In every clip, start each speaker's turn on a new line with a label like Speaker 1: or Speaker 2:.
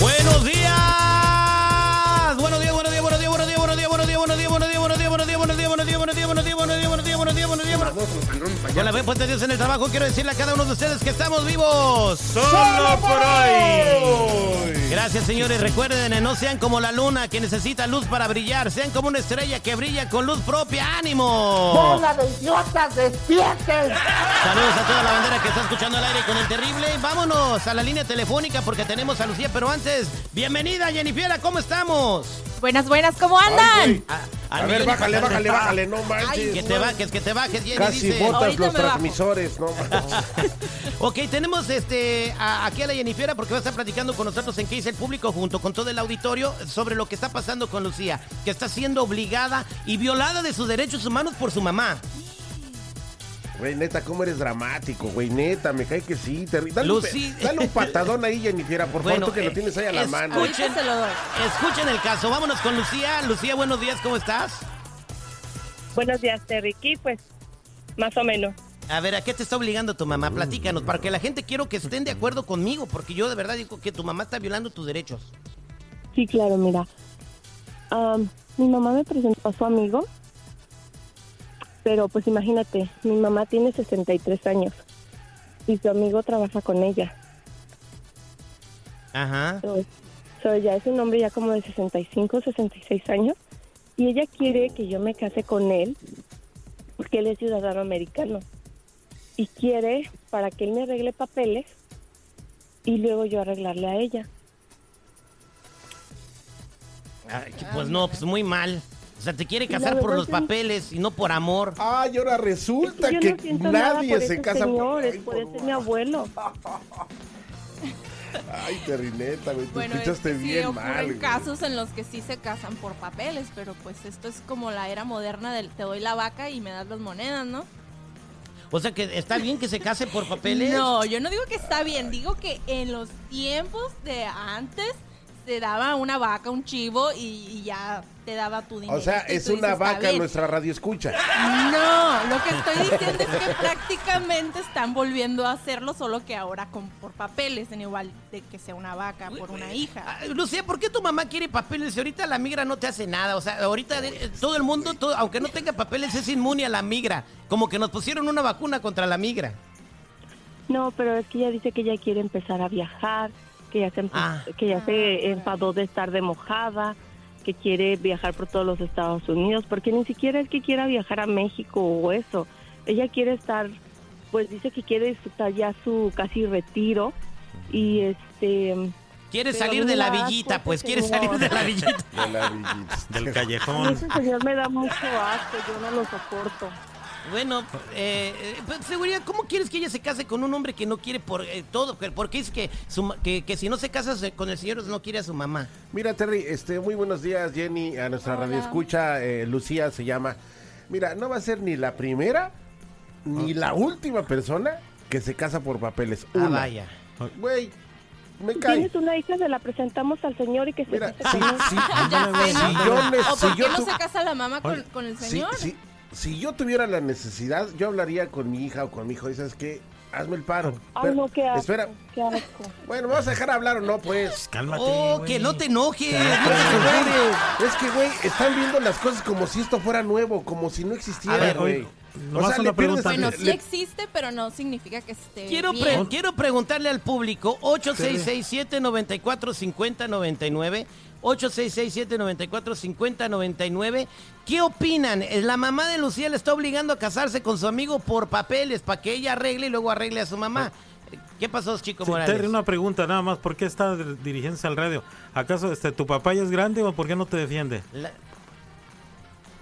Speaker 1: Buenos días. Buenos días, buenos días, buenos días, buenos días, buenos días, buenos días, buenos días, buenos días, buenos días, buenos días, buenos días, buenos días, buenos días, buenos días, buenos días, buenos días, buenos días, buenos días, buenos días. Con la respuesta de Dios en el trabajo, quiero decirle a cada uno de ustedes que estamos vivos.
Speaker 2: Solo por hoy.
Speaker 1: Gracias, señores. Recuerden, eh, no sean como la luna que necesita luz para brillar. Sean como una estrella que brilla con luz propia. ¡Ánimo!
Speaker 3: ¡Bola de idiotas, despierten!
Speaker 1: Saludos a toda la bandera que está escuchando al aire con el terrible. Vámonos a la línea telefónica porque tenemos a Lucía. Pero antes, bienvenida, Jennifiera. ¿Cómo estamos?
Speaker 4: Buenas, buenas, ¿cómo andan?
Speaker 1: A,
Speaker 2: A
Speaker 1: al
Speaker 2: ver,
Speaker 1: millón y
Speaker 2: bájale,
Speaker 1: pasadito.
Speaker 2: bájale, bájale, no
Speaker 1: Que
Speaker 2: manches.
Speaker 1: te bajes, que te bajes, Jenny.
Speaker 2: Casi
Speaker 1: dice.
Speaker 2: botas
Speaker 4: Ahorita
Speaker 2: los
Speaker 4: me bajo.
Speaker 2: transmisores, no manches.
Speaker 1: Ok, tenemos este a- aquí a la Jennifiera porque va a estar platicando con nosotros en qué dice el público junto con todo el auditorio sobre lo que está pasando con Lucía, que está siendo obligada y violada de sus derechos humanos por su mamá.
Speaker 2: Güey, neta, cómo eres dramático, güey, neta, me cae que sí. Te... ri- Dale, un pe-
Speaker 1: Lucy.
Speaker 2: dale un patadón ahí, Jennifer, por
Speaker 1: Bueno,
Speaker 2: favor, tú que
Speaker 1: eh,
Speaker 2: lo tienes ahí a la
Speaker 1: es-
Speaker 2: mano.
Speaker 1: Uy.
Speaker 4: Ahorita se lo doy.
Speaker 1: Escuchen el caso, vámonos con Lucía. Lucía, buenos días, ¿cómo estás?
Speaker 5: Buenos días, Terry. Aquí, pues, más o menos.
Speaker 1: A ver, ¿a qué te está obligando tu mamá? Platícanos, para que la gente quiero que estén de acuerdo conmigo, porque yo de verdad digo que tu mamá está violando tus derechos.
Speaker 5: Sí, claro, mira. Am, mi mamá me presentó a su amigo, pero pues imagínate, mi mamá tiene 63 años y su amigo trabaja con ella.
Speaker 1: Ajá.
Speaker 5: So, so, ya es un hombre ya como de 65, 66 años y ella quiere que yo me case con él porque él es ciudadano americano y quiere para que él me arregle papeles y luego yo arreglarle a ella.
Speaker 1: Ay, pues no, pues muy mal. O sea, te quiere casar
Speaker 5: La
Speaker 1: por
Speaker 5: verdad
Speaker 1: los
Speaker 5: sí.
Speaker 1: papeles y no por amor.
Speaker 2: Ay, ahora resulta
Speaker 5: Yo
Speaker 2: que
Speaker 5: no siento nada
Speaker 2: nadie
Speaker 5: por
Speaker 2: se
Speaker 5: ese
Speaker 2: casa
Speaker 5: señor,
Speaker 2: por...
Speaker 5: es
Speaker 2: Ay,
Speaker 5: por
Speaker 2: por-
Speaker 5: ese mi abuelo.
Speaker 2: Ay, Terry, neta, güey, te
Speaker 4: Bueno, es
Speaker 2: escuchaste
Speaker 4: que sí
Speaker 2: bien
Speaker 4: ocurren
Speaker 2: mal. güey.
Speaker 4: casos en los que sí se casan por papeles, pero pues esto es como la era moderna del te doy la vaca y me das las monedas, ¿no?
Speaker 1: O sea, que está bien que se case por papeles.
Speaker 4: No, yo no digo que está bien, digo que en los tiempos de antes se daba una vaca, un chivo y, y ya te daba tu dinero.
Speaker 2: O sea,
Speaker 4: Y
Speaker 2: es
Speaker 4: tú dices,
Speaker 2: una
Speaker 4: "Está
Speaker 2: vaca
Speaker 4: bien".
Speaker 2: nuestra radio escucha.
Speaker 4: No, lo que estoy diciendo es que prácticamente están volviendo a hacerlo, solo que ahora con por papeles, en igual de que sea una vaca por una hija.
Speaker 1: Ah, Lucía, ¿por qué tu mamá quiere papeles? Y ahorita la migra no te hace nada. O sea, ahorita de- eh, todo el mundo, todo- aunque no tenga papeles, es inmune a la migra. Como que nos pusieron una vacuna contra la migra.
Speaker 5: No, pero es que ella dice que ella quiere empezar a viajar, que ya se, empe-
Speaker 1: Ah.
Speaker 5: que ya
Speaker 4: Ah.
Speaker 5: se enfadó de estar de mojada, que quiere viajar por todos los Estados Unidos, porque ni siquiera es que quiera viajar a México o eso. Ella quiere estar, pues dice que quiere disfrutar ya su casi retiro y este
Speaker 1: Quiere
Speaker 5: Pero
Speaker 1: salir
Speaker 5: no
Speaker 1: de la
Speaker 5: le da
Speaker 1: villita,
Speaker 5: cosa,
Speaker 1: pues quiere
Speaker 5: señor.
Speaker 1: salir de la villita.
Speaker 2: De la villita.
Speaker 6: Del
Speaker 5: a mí
Speaker 6: callejón.
Speaker 5: ese señor me da mucho asco, yo no lo soporto.
Speaker 1: Bueno, eh, eh, pues, seguridad, ¿cómo quieres que ella se case con un hombre que no quiere por eh, todo? Porque dice que, su ma- que, que si no se casa se- con el señor no quiere a su mamá.
Speaker 2: Mira, Terry, este, muy buenos días, Jenny, a nuestra radio escucha, eh, Lucía se llama. Mira, no va a ser ni la primera ni la última persona que se casa por papeles.
Speaker 1: Ah,
Speaker 2: Una.
Speaker 1: vaya.
Speaker 2: Güey, me cae.
Speaker 5: Tienes una hija, se la presentamos al señor y que se
Speaker 2: Mira,
Speaker 5: case
Speaker 2: si,
Speaker 5: con él.
Speaker 2: si-
Speaker 4: Ah, Ya sé,
Speaker 2: si
Speaker 4: ¿no?
Speaker 2: yo ne-
Speaker 4: ¿O
Speaker 2: si
Speaker 4: por qué
Speaker 2: yo
Speaker 4: no
Speaker 2: tu-
Speaker 4: se casa la mamá con,
Speaker 6: Oye,
Speaker 4: con el
Speaker 2: si-
Speaker 4: señor?
Speaker 2: si- si yo tuviera la necesidad, yo hablaría con mi hija o con mi hijo y sabes qué, hazme el paro.
Speaker 5: Ay, no, qué asco,
Speaker 2: Espera.
Speaker 5: qué asco.
Speaker 2: Bueno, vamos a dejar hablar o no, pues.
Speaker 6: Cálmate.
Speaker 1: Oh,
Speaker 6: güey.
Speaker 1: que no te enojes. no te
Speaker 2: Güey,
Speaker 1: sulfures.
Speaker 2: Es que, güey, están viendo las cosas como si esto fuera nuevo, como si no
Speaker 1: A
Speaker 2: existiera,
Speaker 1: ver,
Speaker 2: güey.
Speaker 6: oye, nomás una
Speaker 2: le pierdes-
Speaker 6: pregunta.
Speaker 4: Bueno,
Speaker 2: le-
Speaker 4: sí
Speaker 2: le-
Speaker 4: existe, pero no significa que esté
Speaker 1: Quiero,
Speaker 4: Eh, bien.
Speaker 1: pre- quiero preguntarle al público, 8667-945099, 8667-945099, ¿qué opinan? Eh, ¿La mamá de Lucía le está obligando a casarse con su amigo por papeles para que ella arregle y luego arregle a su mamá? ¿Qué pasó, chico
Speaker 6: Ah. Sí,
Speaker 1: Morales?
Speaker 6: Terry, una pregunta nada más. ¿Por qué está dir- dirigiéndose al radio? ¿Acaso este, tu papá ya es grande o por qué no te defiende?
Speaker 1: La-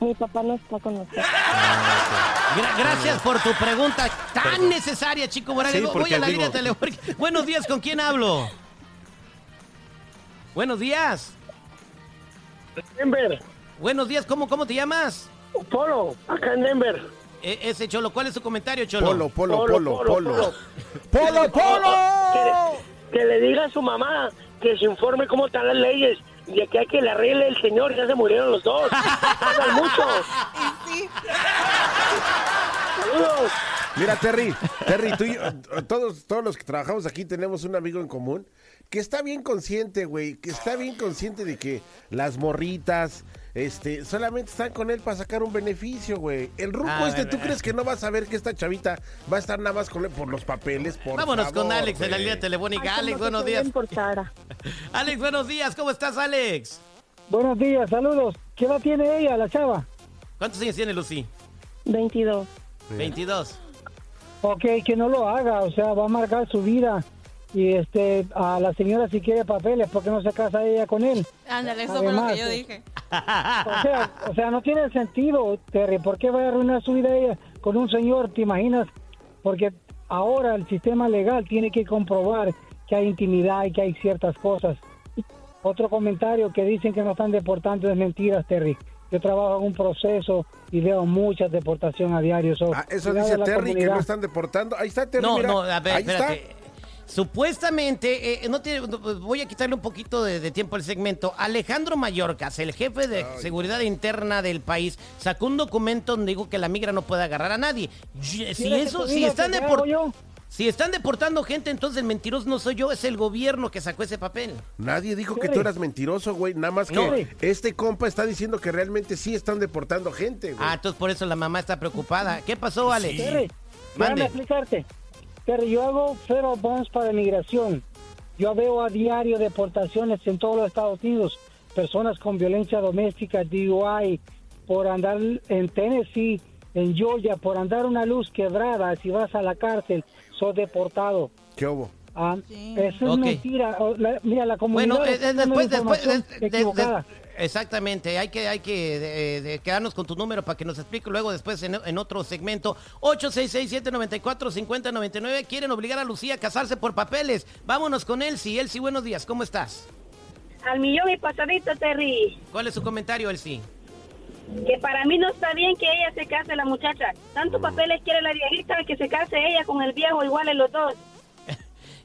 Speaker 5: Mi papá no está con nosotros.
Speaker 1: gra- gracias por tu pregunta tan necesaria, chico Morales.
Speaker 6: Sí,
Speaker 1: Voy
Speaker 6: porque
Speaker 1: a la línea
Speaker 6: digo-
Speaker 1: telefónica. Buenos días, ¿con quién hablo? Buenos días.
Speaker 7: Denver,
Speaker 1: Buenos días, ¿cómo, cómo te llamas?
Speaker 7: Polo, acá en Denver.
Speaker 1: E- ese Cholo, ¿cuál es su comentario, Cholo?
Speaker 2: Polo, polo, polo, polo.
Speaker 7: Polo, polo. Oh, Que, le diga a su mamá que se informe cómo están las leyes y de que hay que le arregle el señor, ya se murieron los
Speaker 4: Ah,
Speaker 7: dos. Pasan mucho.
Speaker 4: Y sí,
Speaker 7: Saludos.
Speaker 2: Mira, Terry, Terry, tú y yo, todos, todos los que trabajamos aquí tenemos un amigo en común que está bien consciente, güey, que está bien consciente de que las morritas, este, solamente están con él para sacar un beneficio, güey. El ruco
Speaker 1: Ah,
Speaker 2: este, ¿tú
Speaker 1: bueno.
Speaker 2: crees que no vas a ver que esta chavita va a estar nada más con él por los papeles, por
Speaker 1: Vámonos
Speaker 2: favor,
Speaker 1: con Alex en la
Speaker 2: güey?
Speaker 1: línea telefónica.
Speaker 5: Ay,
Speaker 1: Alex,
Speaker 5: como
Speaker 1: buenos
Speaker 5: si
Speaker 1: días.
Speaker 5: No importara.
Speaker 1: Alex, buenos días. ¿Cómo estás, Alex?
Speaker 8: Buenos días, saludos. ¿Qué la tiene ella, la chava?
Speaker 1: ¿Cuántos años tiene Lucy?
Speaker 5: 22.
Speaker 1: 22.
Speaker 8: Ok, que no lo haga, o sea, va a marcar su vida. Y este, a la señora si quiere papeles, porque no se casa ella con él.
Speaker 4: Ándale, eso fue lo que yo
Speaker 8: Además,
Speaker 4: dije.
Speaker 8: O sea, o sea, no tiene sentido, Terry. ¿Por qué va a arruinar su vida ella con un señor? ¿Te imaginas? Porque ahora el sistema legal tiene que comprobar que hay intimidad y que hay ciertas cosas. Otro comentario que dicen que no están deportando es mentiras, Terry. Yo trabajo en un proceso y veo mucha deportación a diario. So,
Speaker 2: Ah, eso
Speaker 8: cuidado
Speaker 2: dice
Speaker 8: la
Speaker 2: Terry que
Speaker 8: comunidad.
Speaker 2: lo están deportando. Ahí está Terry.
Speaker 1: No,
Speaker 2: mira.
Speaker 1: no, a ver,
Speaker 2: Ahí
Speaker 1: espérate.
Speaker 2: está.
Speaker 1: Supuestamente, eh, no tiene- no, pues, voy a quitarle un poquito de, de tiempo al segmento. Alejandro Mallorcas, el jefe de seguridad interna del país, sacó un documento donde dijo que la migra no puede agarrar a nadie. Y- Si
Speaker 8: ¿Quieres que
Speaker 1: eso,
Speaker 8: te
Speaker 1: si
Speaker 8: diga
Speaker 1: están
Speaker 8: que te
Speaker 1: depor-
Speaker 8: hago yo?
Speaker 1: si están deportando gente, entonces el mentiroso no soy yo, es el gobierno que sacó ese papel.
Speaker 2: Nadie dijo que
Speaker 8: Terry.
Speaker 2: tú eras mentiroso, güey. Nada más que
Speaker 1: No.
Speaker 2: este compa está diciendo que realmente sí están deportando gente, güey.
Speaker 1: Ah, entonces por eso la mamá está preocupada. ¿Qué pasó, Alex?
Speaker 8: Terry,
Speaker 1: Mande.
Speaker 8: déjame explicarte. Terry, yo hago federal bonds para inmigración. Yo veo a diario deportaciones en todos los Estados Unidos. Personas con violencia doméstica, DUI, por andar en Tennessee, en Georgia, por andar una luz quebrada. Si vas a la cárcel, sos deportado.
Speaker 2: ¿Qué hubo?
Speaker 8: Ah,
Speaker 4: Sí.
Speaker 8: Eso es
Speaker 1: Ok.
Speaker 8: mentira. O la- mira, la comunidad.
Speaker 1: Bueno, eh,
Speaker 8: está
Speaker 1: eh,
Speaker 8: dando
Speaker 1: después, después,
Speaker 8: información
Speaker 1: des- des-
Speaker 8: equivocada.
Speaker 1: des- exactamente, hay que, hay que de- de quedarnos con tu número para que nos explique luego después en, en otro segmento. 866-794-5099, quieren obligar a Lucía a casarse por papeles. Vámonos con Elsie. Elsie, buenos días, ¿cómo estás?
Speaker 9: Al millón y pasadito, Terry.
Speaker 1: ¿Cuál es su comentario, Elsie?
Speaker 9: Que para mí no está bien que ella se case, la muchacha. Tantos papeles quiere la viejita que se case ella con el viejo, iguales los dos.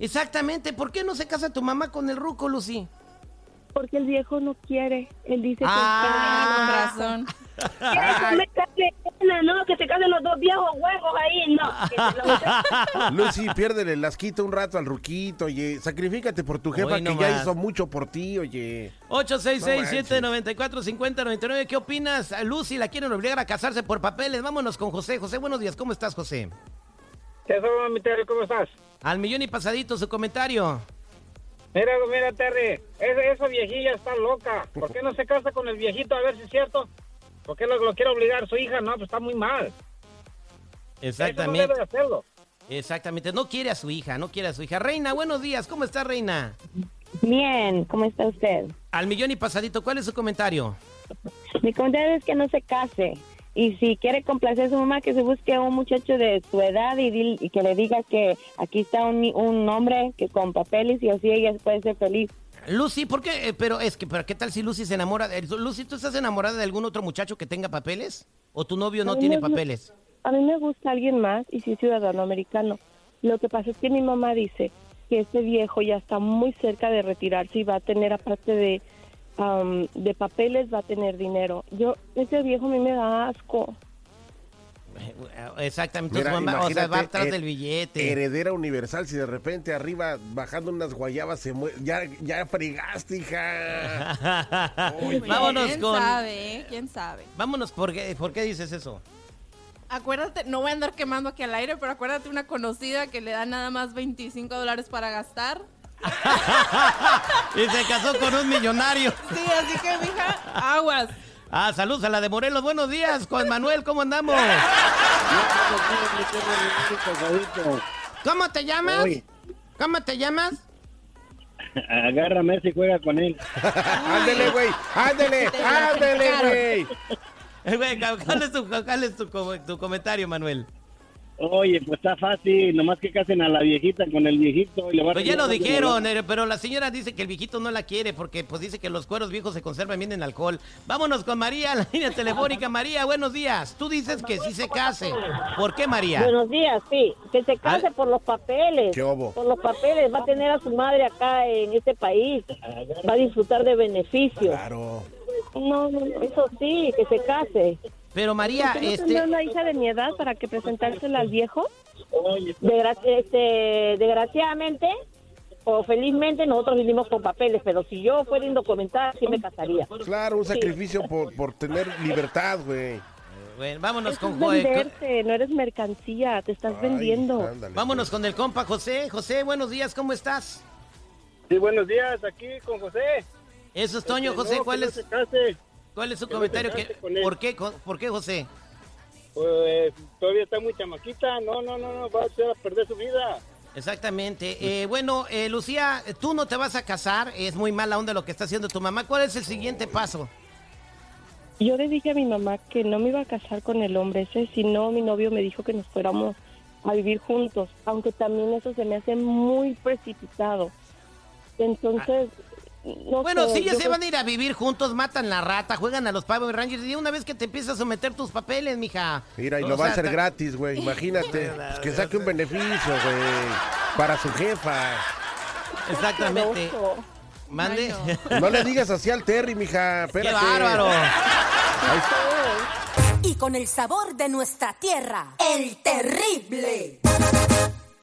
Speaker 1: Exactamente, ¿por qué no se casa tu mamá con el ruco, Lucy?
Speaker 5: Porque el viejo no quiere. Él dice
Speaker 1: Ah.
Speaker 4: Con razón.
Speaker 9: Quiere comer carne llena, no, que se casen los dos viejos huevos ahí, no. Que se- la muchacha-
Speaker 2: Lucy, piérdele, las quita un rato al ruquito, oye. Sacrifícate por tu jefa
Speaker 1: Hoy
Speaker 2: que
Speaker 1: nomás.
Speaker 2: ya hizo mucho por ti, oye.
Speaker 1: 866-794-5099, ¿qué opinas? A Lucy la quieren obligar a casarse por papeles. Vámonos con José. José, buenos días, ¿cómo estás, José?
Speaker 10: Eso, mi Terry, ¿cómo estás?
Speaker 1: Al millón y pasadito su comentario.
Speaker 10: Mira, mira, Terry, esa, esa viejilla está loca. ¿Por qué no se casa con el viejito a ver si es cierto? ¿Por qué lo, lo quiere obligar su hija? No, pues está muy mal. Eso no debe de
Speaker 1: Exactamente,
Speaker 10: hacerlo.
Speaker 1: exactamente. No quiere a su hija, no quiere a su hija. Reina, buenos días, ¿cómo está Reina?
Speaker 5: que... Bien, ¿cómo está usted?
Speaker 1: Al millón y pasadito, ¿cuál es su comentario?
Speaker 5: Mi comentario es que no se case. Y si quiere complacer a su mamá, que se busque a un muchacho de su edad y, dil- y que le diga que aquí está un, ni- un hombre que con papeles y así ella puede ser feliz.
Speaker 1: Lucy, ¿por qué? Eh, pero es que, pero ¿qué tal si Lucy se enamora? de- Lucy, ¿tú estás enamorada de algún otro muchacho que tenga papeles? ¿O tu novio no
Speaker 5: Ay,
Speaker 1: tiene
Speaker 5: no, no.
Speaker 1: papeles?
Speaker 5: A mí me gusta alguien más y sí ciudadano americano. Lo que pasa es que mi mamá dice que este viejo ya está muy cerca de retirarse y va a tener aparte de am, de papeles va a tener dinero. Yo ese viejo a mí me da asco.
Speaker 1: Eh, Exactamente,
Speaker 2: Mira,
Speaker 1: su mamá, o sea, va
Speaker 2: imagínate,
Speaker 1: atrás
Speaker 2: eh,
Speaker 1: del billete.
Speaker 2: Heredera universal, si de repente arriba bajando unas guayabas se muere. Ya, ya fregaste, hija.
Speaker 1: Vámonos
Speaker 4: ¿Quién
Speaker 1: con...
Speaker 4: sabe? eh? ¿Quién sabe?
Speaker 1: Vámonos, ¿por qué, ¿por qué dices eso?
Speaker 4: Acuérdate, no voy a andar quemando aquí al aire, pero acuérdate una conocida que le da nada más 25 dólares para gastar.
Speaker 1: Y se casó con un millonario.
Speaker 4: Sí, así que, mija, aguas.
Speaker 1: Ah, saludos a la de Morelos. Buenos días, Juan Manuel, ¿cómo andamos? ¿Cómo te llamas?
Speaker 10: Oye.
Speaker 1: ¿Cómo te llamas?
Speaker 10: Agárrame ese y juega con él.
Speaker 2: ándele, güey. Ándele,
Speaker 4: Te la
Speaker 2: ándele,
Speaker 4: aplicaron.
Speaker 2: güey.
Speaker 1: Eh, güey, ¿Cuál es, tu, cuál es tu co- tu comentario, Manuel?
Speaker 10: Oye, pues está fácil, nomás que casen a la viejita con el viejito. Y le va
Speaker 1: Pues ya lo dijeron, eh, pero la señora dice que el viejito no la quiere porque pues dice que los cueros viejos se conservan bien en alcohol. Vámonos con María, la línea telefónica. María, buenos días. Tú dices que sí se case. ¿Por qué, María?
Speaker 9: Buenos días, sí. Que se case
Speaker 1: Al-
Speaker 9: por los papeles.
Speaker 2: Ah. ¿Qué hubo?
Speaker 9: Por los papeles. Va a tener a su madre acá en este país.
Speaker 2: Ah,
Speaker 9: Va a disfrutar de beneficios.
Speaker 2: Claro.
Speaker 9: No, no, no, eso sí, que se case.
Speaker 1: Pero María,
Speaker 5: ¿Por qué no
Speaker 1: este...
Speaker 5: tendrá una hija de mi edad para que presentársela al viejo? Degra-
Speaker 11: este, desgraciadamente o felizmente nosotros vivimos con papeles, pero si yo fuera indocumentada sí me casaría.
Speaker 2: Claro, un sacrificio por, por tener libertad, güey.
Speaker 1: Bueno, vámonos
Speaker 5: Eso es
Speaker 1: con Joel.
Speaker 5: venderte, no eres mercancía, te estás vendiendo.
Speaker 1: Vámonos con el compa José. José, buenos días, ¿cómo estás?
Speaker 12: Sí, buenos días, aquí con José.
Speaker 1: Eso
Speaker 8: Este,
Speaker 1: es ¿eh?
Speaker 10: Este,
Speaker 1: Toño, José, ¿cuál es-
Speaker 12: ¿Cuál es
Speaker 1: su comentario? que- ¿por, qué, co- ¿Por qué José?
Speaker 12: Pues todavía está muy chamaquita, no, no, no, no, va a ser a perder su vida.
Speaker 1: Exactamente. Eh, bueno, eh, Lucía, tú no te vas a casar. Es muy mala onda lo que está haciendo tu mamá. ¿Cuál es el siguiente paso?
Speaker 5: Yo le dije a mi mamá que no me iba a casar con el hombre ese, sino mi novio me dijo que nos fuéramos a vivir juntos, aunque también eso se me hace muy precipitado. Entonces, no
Speaker 1: Bueno,
Speaker 5: sé,
Speaker 1: si ya
Speaker 5: yo
Speaker 1: se
Speaker 5: creo-
Speaker 1: van a ir a vivir juntos, matan la rata, juegan a los Power Rangers y una vez que te empiezas a someter tus papeles, mija.
Speaker 2: Mira, y
Speaker 1: O
Speaker 2: lo va a
Speaker 1: sea,
Speaker 2: hacer
Speaker 1: ta-
Speaker 2: gratis, güey. Imagínate. Pues que saque un beneficio, güey. Para su jefa.
Speaker 1: Exactamente. Mande.
Speaker 2: No le digas así al Terry, mija. Espérate.
Speaker 1: bárbaro!
Speaker 2: Ahí está.
Speaker 13: Y con el sabor de nuestra tierra, el terrible.